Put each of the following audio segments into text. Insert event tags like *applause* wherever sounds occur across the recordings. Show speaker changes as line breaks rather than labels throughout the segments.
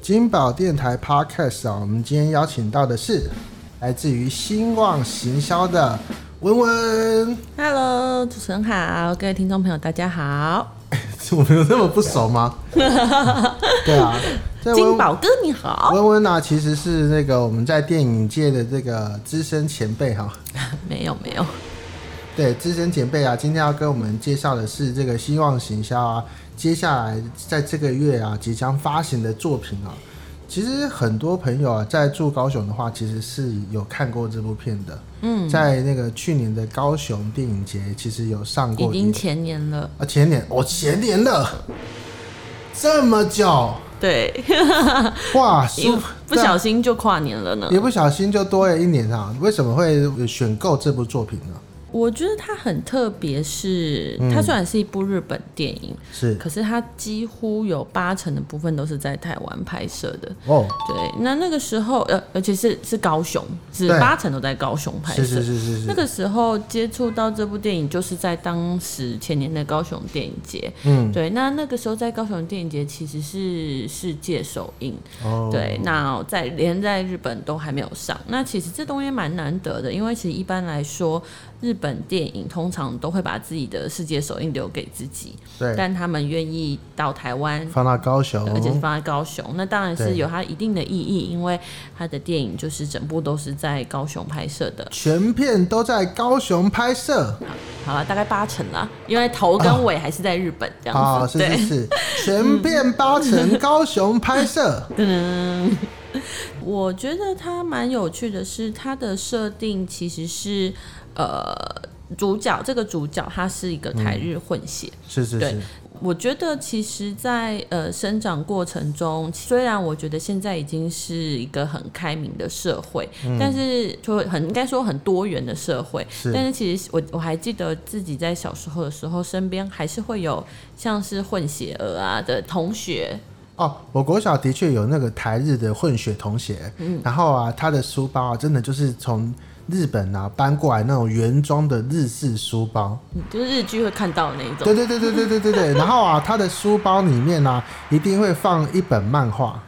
金宝电台 Podcast 啊，我们今天邀请到的是来自于兴旺行销的文文。
Hello，主持人好，各位听众朋友大家好，
*laughs* 我们有那么不熟
*laughs*
吗？对啊，这文
金宝哥你好，
文文啊，其实是那个我们在电影界的这个资深前辈哈、
没有没有，
对，资深前辈啊，今天要跟我们介绍的是这个希望行销啊，接下来在这个月啊即将发行的作品啊，其实很多朋友啊在住高雄的话，其实是有看过这部片的，嗯，在那个去年的高雄电影节其实有上
已
过一
经前年了，
啊前年，我、前年了，这么久， *laughs*
对，
哇，
因
舒
为不小心就跨年了呢。
一不小心就多了一年啊，为什么会选购这部作品呢？
我觉得它很特别，是
嗯
它虽然是一部日本电影，
是
可是它几乎有八成的部分都是在台湾拍摄的。
哦，
对，那那个时候，呃，而且是是高雄，是
对
八成都在高雄拍摄。
是是是是是，
那个时候接触到这部电影，就是在当时前年的高雄电影节。
嗯，
对，那那个时候在高雄电影节其实是世界首映，
哦，
对，那在连在日本都还没有上。那其实这东西蛮难得的，因为其实一般来说，日本电影通常都会把自己的世界首映留给自己，
对，
但他们愿意到台湾。
放到高雄，
而且是放在高雄，那当然是
对
有它一定的意义，因为它的电影就是整部都是在高雄拍摄的。
全片都在高雄拍摄，
好啊了，大概八成啦，因为头跟尾还是在日本这样
啊、是
子。对
是，
*laughs*
是，全片八成高雄拍摄，
我觉得它蛮有趣的是，它的设定其实是呃，主角这个主角他是一个台日混血，
是是
对
是，
我觉得其实在，呃生长过程中，虽然我觉得现在已经是一个很开明的社会，但是就很应该说很多元的社会。
嗯是
但是其实我我还记得自己在小时候的时候，身边还是会有像是混血儿啊的同学，
哦，我国小的确有那个台日的混血同学，
嗯
然后啊，他的书包啊，真的就是从日本啊搬过来那种原装的日式书包，
就是日剧会看到的那一种。
对对对对对对对对，
*laughs*
然后啊，他的书包里面呢、啊，一定会放一本漫画。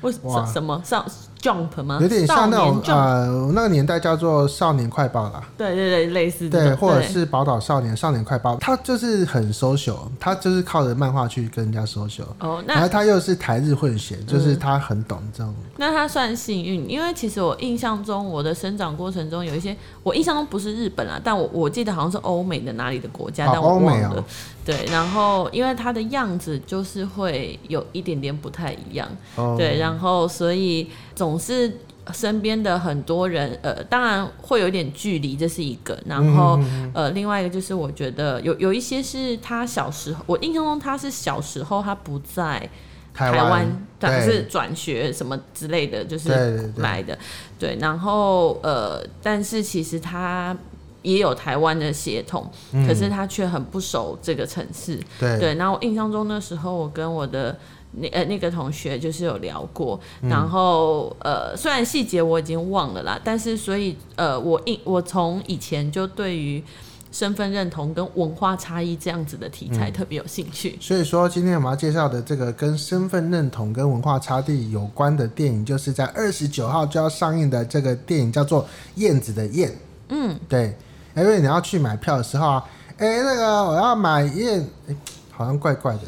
为什
哇
什么上 Jump 吗？
有点像那
啊少
种
年 Jump，、
呃，那个年代叫做《少年快报》啦，
对对对，类似这
对，
种
或者是《宝岛少年》《少年快报》，他就是很 social，他就是靠着漫画去跟人家 social，
哦，
然
那
后他又是台日混血，就是他很懂这种，
那他算幸运，因为其实我印象中我的生长过程中有一些，我印象中不是日本啦，但我我记得好像是欧美的哪里的国家，
哦
但我
欧美
忘
哦
了。对，然后因为他的样子就是会有一点点不太一样，
哦，
对，然后所以总是身边的很多人，呃，当然会有点距离，这是一个。然后、
嗯
呃，另外一个就是我觉得有有一些是他小时候，我印象中他是小时候他不在
台
湾，他
对
是转学什么之类的，就是
对对对
来的。对，然后呃，但是其实他。也有台湾的血统，可是他却很不熟这个城市，
嗯对
对，然后我印象中那时候我跟我的那呃那个同学就是有聊过，
嗯
然后呃虽然细节我已经忘了啦，但是所以呃我印我从以前就对于身份认同跟文化差异这样子的题
嗯
材特别有兴趣。
所以说今天我们要介绍的这个跟身份认同跟文化差异有关的电影，就是在二十九号就要上映的这个电影叫做《燕子的燕》。嗯，对，因为你要去买票的时候啊，哎、那个我要买燕，诶好像怪怪的。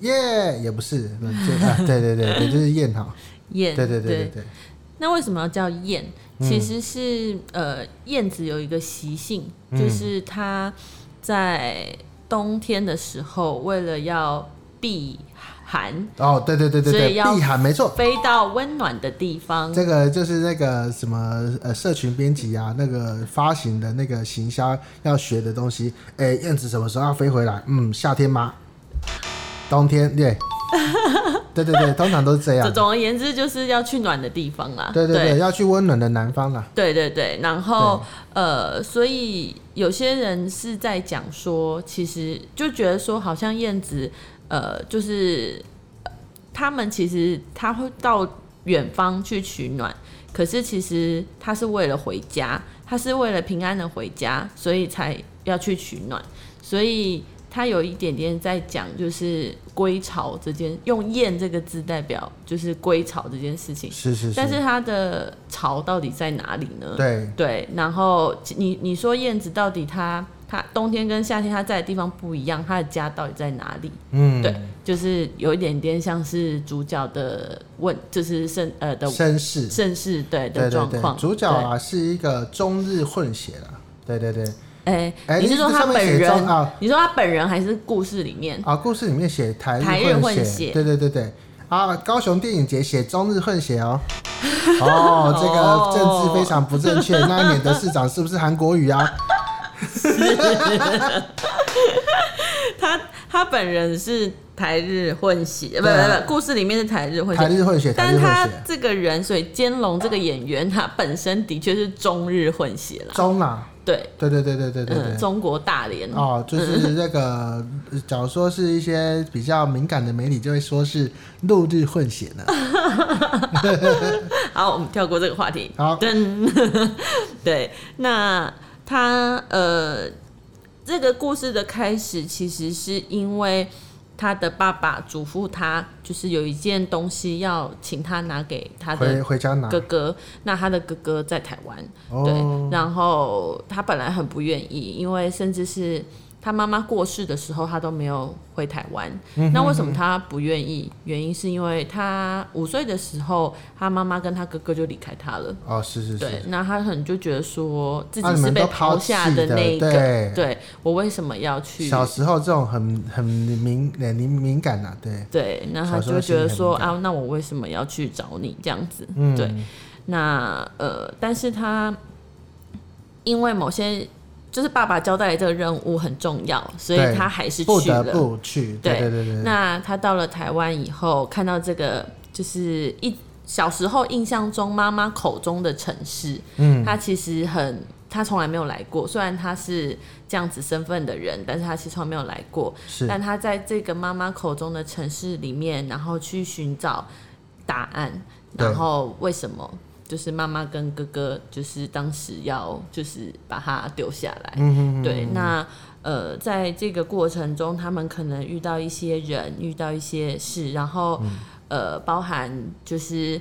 耶、也不是，那这啊，对对对对，就是燕好，
燕、
对对对对对，
那为什么要叫燕？
嗯
其实是、呃，燕子有一个习性，就是它在冬天的时候，为了要避寒，
哦，对对对对
所
对，
以要
碧海没错，
飞到温暖的地方。
这个就是那个什么呃，社群编辑啊，那个发行的那个行销要学的东西。哎、燕子什么时候要飞回来？嗯，夏天吗？冬天？
*laughs*
对，对对对，通常都是这
这
样。
总而言之，就是要去暖的地方啦。
对对对，
对
要去温暖的南方啦。
对对对然后呃，所以有些人是在讲说，其实就觉得说，好像燕子呃，就是呃他们其实他会到远方去取暖，可是其实他是为了回家，他是为了平安的回家，所以才要去取暖，所以。他有一点点在讲，就是归巢这件，用“燕”这个字代表就是归巢这件事情。
是是是，
但是它的巢到底在哪里呢？
对
对，然后你你说燕子到底它它冬天跟夏天它在的地方不一样，它的家到底在哪里？
嗯，
对，就是有一点点像是主角的问，就是身呃的
绅士，
盛世对
对对
的状
对，
况。
主角啊是一个中日混血啦，对对对，
对，哎、
哎，
你是说
这
他
上面
本
写中
人？
啊
你说他本人还是故事里面？ *laughs*
啊，故事里面写台
台日
日
混
血，
血
对对对对。啊，高雄电影节写中日混血
*laughs*
哦，哦，这个政治非常不正
*laughs*
确。那一年的市长是不是韩国语啊？
他他本人是台日混血，不不
啊
不，故事里面是台日混
台
血，
日混血，台
但
日
是
混
他
血，
这个人，所以兼龙这个演员，他本身的确是中日混血啦，
中啦，
对，
对对对对对对对
嗯，。中国大连，
哦，就是那个，假如说是一些比较敏感的媒体，就会说是陆日混血呢。
好，我们跳过这个话题。
好
噔， *laughs* 对，那他呃，这个故事的开始其实是因为他的爸爸嘱咐他，就是有一件东西要请他拿给他
回
的
回家拿
哥哥，那他的哥哥在台湾，
啊哦
对，，然后他本来很不愿意，因为甚至是他妈妈过世的时候，他都没有回台湾。
嗯
那为什么他不愿意？原因是因为他五岁的时候，他妈妈跟他哥哥就离开他了。
哦，是是
对
是，，
那他很就觉得说自
啊你
己是
们
被
都抛
抛下
弃的
那一个，
对
对我为什么要去？
小时候这种很很敏呃敏敏感啊，对，
对，那
小
他
时
就
候
会
心
觉
里
得
很
说
敏感
啊，那我为什么要去找你这样子？
嗯，
对，那呃，但是他因为某些就是爸爸交代的这个任务很重要，所以
对
他还是
不
去
得
了。
不去，对对
对
对对对，
那他到了台湾以后，看到这个就是一小时候印象中妈妈口中的城市，
嗯，
他其实很他从来没有来过。虽然他是这样子身份的人，但是他其实从来没有来过。
是，
但他在这个妈妈口中的城市里面，然后去寻找答案，
对
然后为什么就是妈妈跟哥哥就是当时要就是把他丢下来，
嗯嗯
对，那呃，在这个过程中，他们可能遇到一些人，遇到一些事，然后、
嗯
呃，包含就是。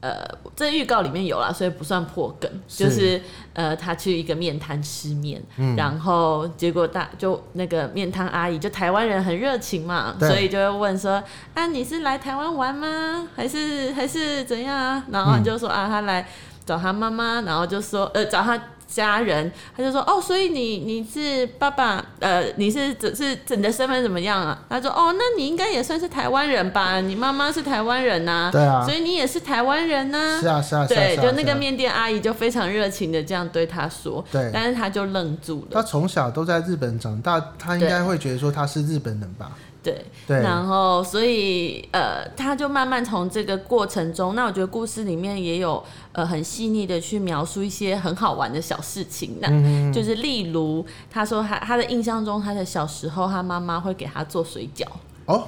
呃，这预告里面有啦，所以不算破梗。
是
就是呃，他去一个面摊吃面，
嗯
然后结果大就那个面摊阿姨，就台湾人很热情嘛，
对
所以就会问说：“啊，你是来台湾玩吗？还是还是怎样啊？”然
嗯
后你就说：“啊，他来找他妈妈，然后就说呃找他家人，他就说哦，所以你你是爸爸，呃你是只是你的身份怎么样啊？他说哦，那你应该也算是台湾人吧，你妈妈是台湾人呐、
对啊
所以你也是台湾人呐、
是啊是啊，是啊
对，
是啊
就那
是
个
啊
面店阿姨就非常热情的这样对他说，
对
但是他就愣住了，
他从小都在日本长大，他应该会觉得说他是日本人吧？
对，
对
然后所以呃，他就慢慢从这个过程中，那我觉得故事里面也有呃很细腻的去描述一些很好玩的小事情，
嗯
那、就是例如他说他他的印象中，他的小时候他妈妈会给他做水饺，
哦，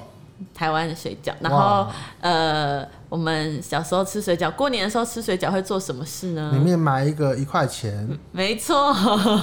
台湾的水饺，然后
哇
呃我们小时候吃水饺，过年的时候吃水饺会做什么事呢？
里面买一个一块钱，
没错， *laughs*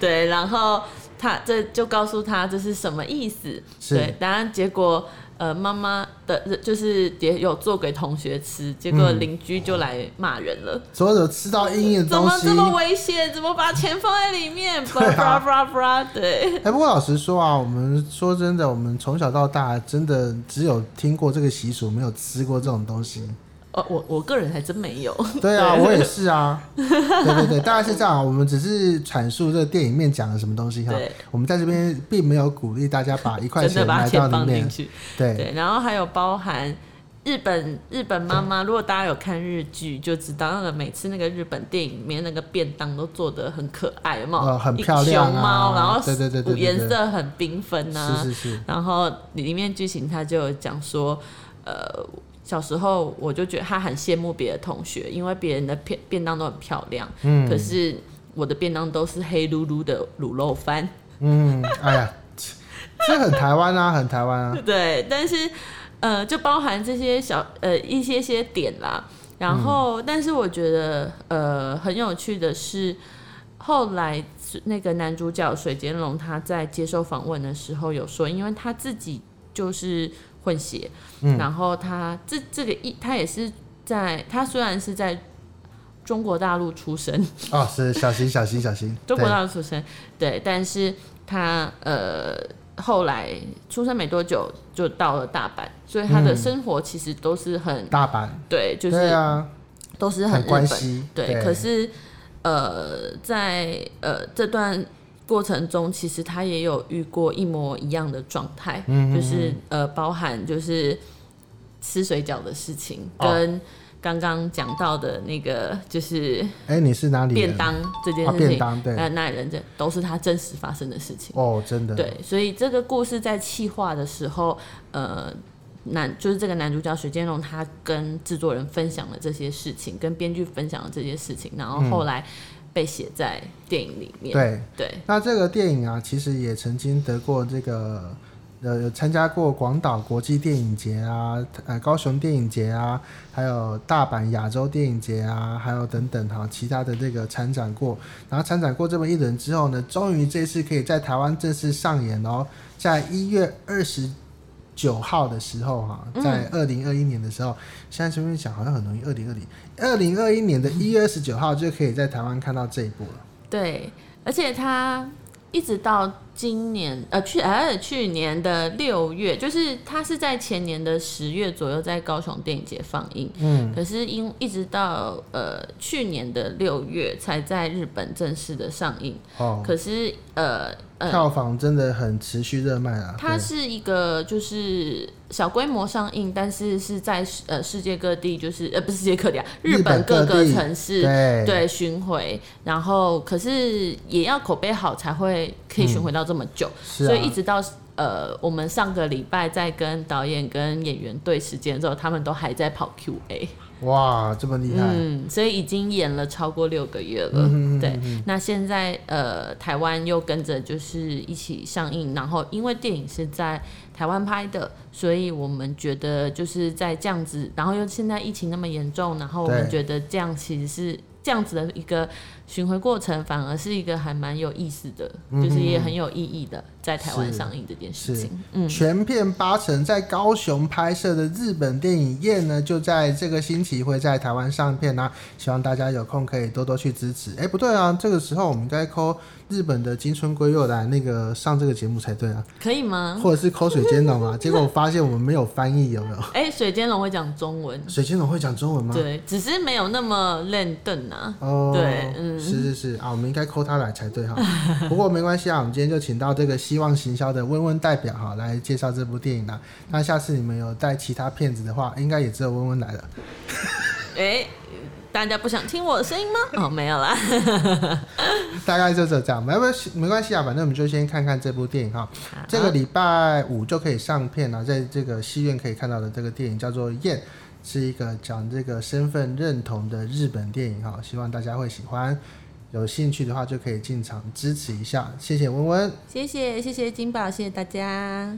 对，然后他这就告诉他这是什么意思，
是
对，当然结果呃妈妈的就是也有做给同学吃，结果邻居就来骂人了。
所有吃到硬硬的嗯
怎
东
么
西
这。么危险？怎么把钱放在里面？布
对啊
拉布拉布拉，对，
哎，不过老实说啊，我们说真的，我们从小到大真的只有听过这个习俗，没有吃过这种东西。
哦，我我个人还真没有。
对啊，我也是啊。对对对，大概是这样啊。我们只是阐述这个电影里面讲了什么东西哈
对。
我们在这边并没有鼓励大家把一块
真的
钱
把
埋到
钱
里
放进
面。
去。
对，
对，然后还有包含日本日本妈妈，如果大家有看日剧就知道，那个每次那个日本电影里面那个便当都做的很可爱，有没有？
呃很
一
漂亮啊
熊猫，然后
对对对对对对
颜色很缤纷啊。
是是是，
然后里面剧情他就有讲说，呃，小时候我就觉得他很羡慕别的同学，因为别人的便便当都很漂亮，
嗯
可是我的便当都是黑噜噜的卤肉饭。
嗯，哎呀，这很台湾啊，很台湾啊。
对，但是呃，就包含这些小呃一些些
嗯
点啦。然后，但是我觉得呃很有趣的是，后来那个男主角水间龙他在接受访问的时候有说，因为他自己就是混血，
嗯
然后他这这个一他也是在他虽然是在中国大陆出生，
哦，是小心小心小心，
中国
对
大陆出生，对，但是他呃后来出生没多久就到了大阪，所以他的
嗯
生活其实都是很、
大阪，
对，就是、
对啊，
都是
很
日
关
本，
系，
对，可是呃在呃这段。过程中，其实他也有遇过一模一样的状态，
嗯嗯嗯
就是呃，包含就是吃水饺的事情，
哦
跟刚刚讲到的那个就是
哎、你是哪里人？
便当这件
啊，
事情，
便当，对，
那那人这都是他真实发生的事情。
哦，真的，
对，所以这个故事在企划的时候，呃，男就是这个男主角水间龙，他跟制作人分享了这些事情，跟编剧分享了这些事情，然后后来被写在电影里面。
嗯对，
对
那这个电影啊，其实也曾经得过这个呃，有参加过广岛国际电影节啊，呃，高雄电影节啊，还有大阪亚洲电影节啊，还有等等哈、其他的这个参展过。然后参展过这么一轮之后呢，终于这次可以在台湾正式上演哦，在一月二十。九号的时候、哈，在二零二一年的时候，现在随便想好像很容易。二零二零，二零二一年的一月二十九号就可以在台湾看到这一部了。
对，而且他一直到今年呃去呃去年的六月，就是他是在前年的十月左右在高雄电影节放映。
嗯，
可是因一直到呃去年的六月才在日本正式的上映，
哦，
可是呃呃，
票房真的很持续热卖啊！
它
对
是一个就是小规模上映，但是是在呃世界各地，就是呃不是世界各地啊，
日
日
本
本
各
各个
地
城市
对
对巡回，然后可是也要口碑好才会可以巡回到这么久，
是啊
所以一直到。呃，我们上个礼拜在跟导演跟演员对时间之后，他们都还在跑 Q&A。
哇，这么厉害，
嗯，所以已经演了超过六个月了。
嗯哼
对，那现在呃，台湾又跟着就是一起上映，然后因为电影是在台湾拍的，所以我们觉得就是在这样子，然后又现在疫情那么严重，然后我们
对
觉得这样其实是。这样子的一个巡回过程，反而是一个还蛮有意思的，
嗯
就是也很有意义的，在台湾
是
上映这件事
是
情。嗯，
全片八成在高雄拍摄的日本电影《夜》呢，就在这个星期会在台湾上片啊，希望大家有空可以多多去支持。哎、不对啊，这个时候我们应该抠日本的金春圭佑来那个上这个节目才对啊，
可以吗？
或者是抠水煎龙啊。结果我发现我们没有翻译，有没有？
哎、水间龙会讲中文，
水煎龙会讲中文吗？
对，只是没有那么练钝啊。
哦，
对嗯
是是是啊，我们应该扣他来才对哈。 *laughs* 不过没关系啊，我们今天就请到这个希望行销的温温代表哈来介绍这部电影啦。那下次你们有带其他片子的话，应该也只有温温
*laughs*
来了。
哎、大家不想听我的声音吗？哦，没有啦。
大概就是这样，没关系，没关系啊，反正我们就先看看这部电影哈。这个礼拜五就可以上片了，在这个戏院可以看到的这个电影叫做《燕》，是一个讲这个身份认同的日本电影哈，希望大家会喜欢。有兴趣的话就可以进场支持一下，谢谢温温。
谢谢谢谢金宝，谢谢大家。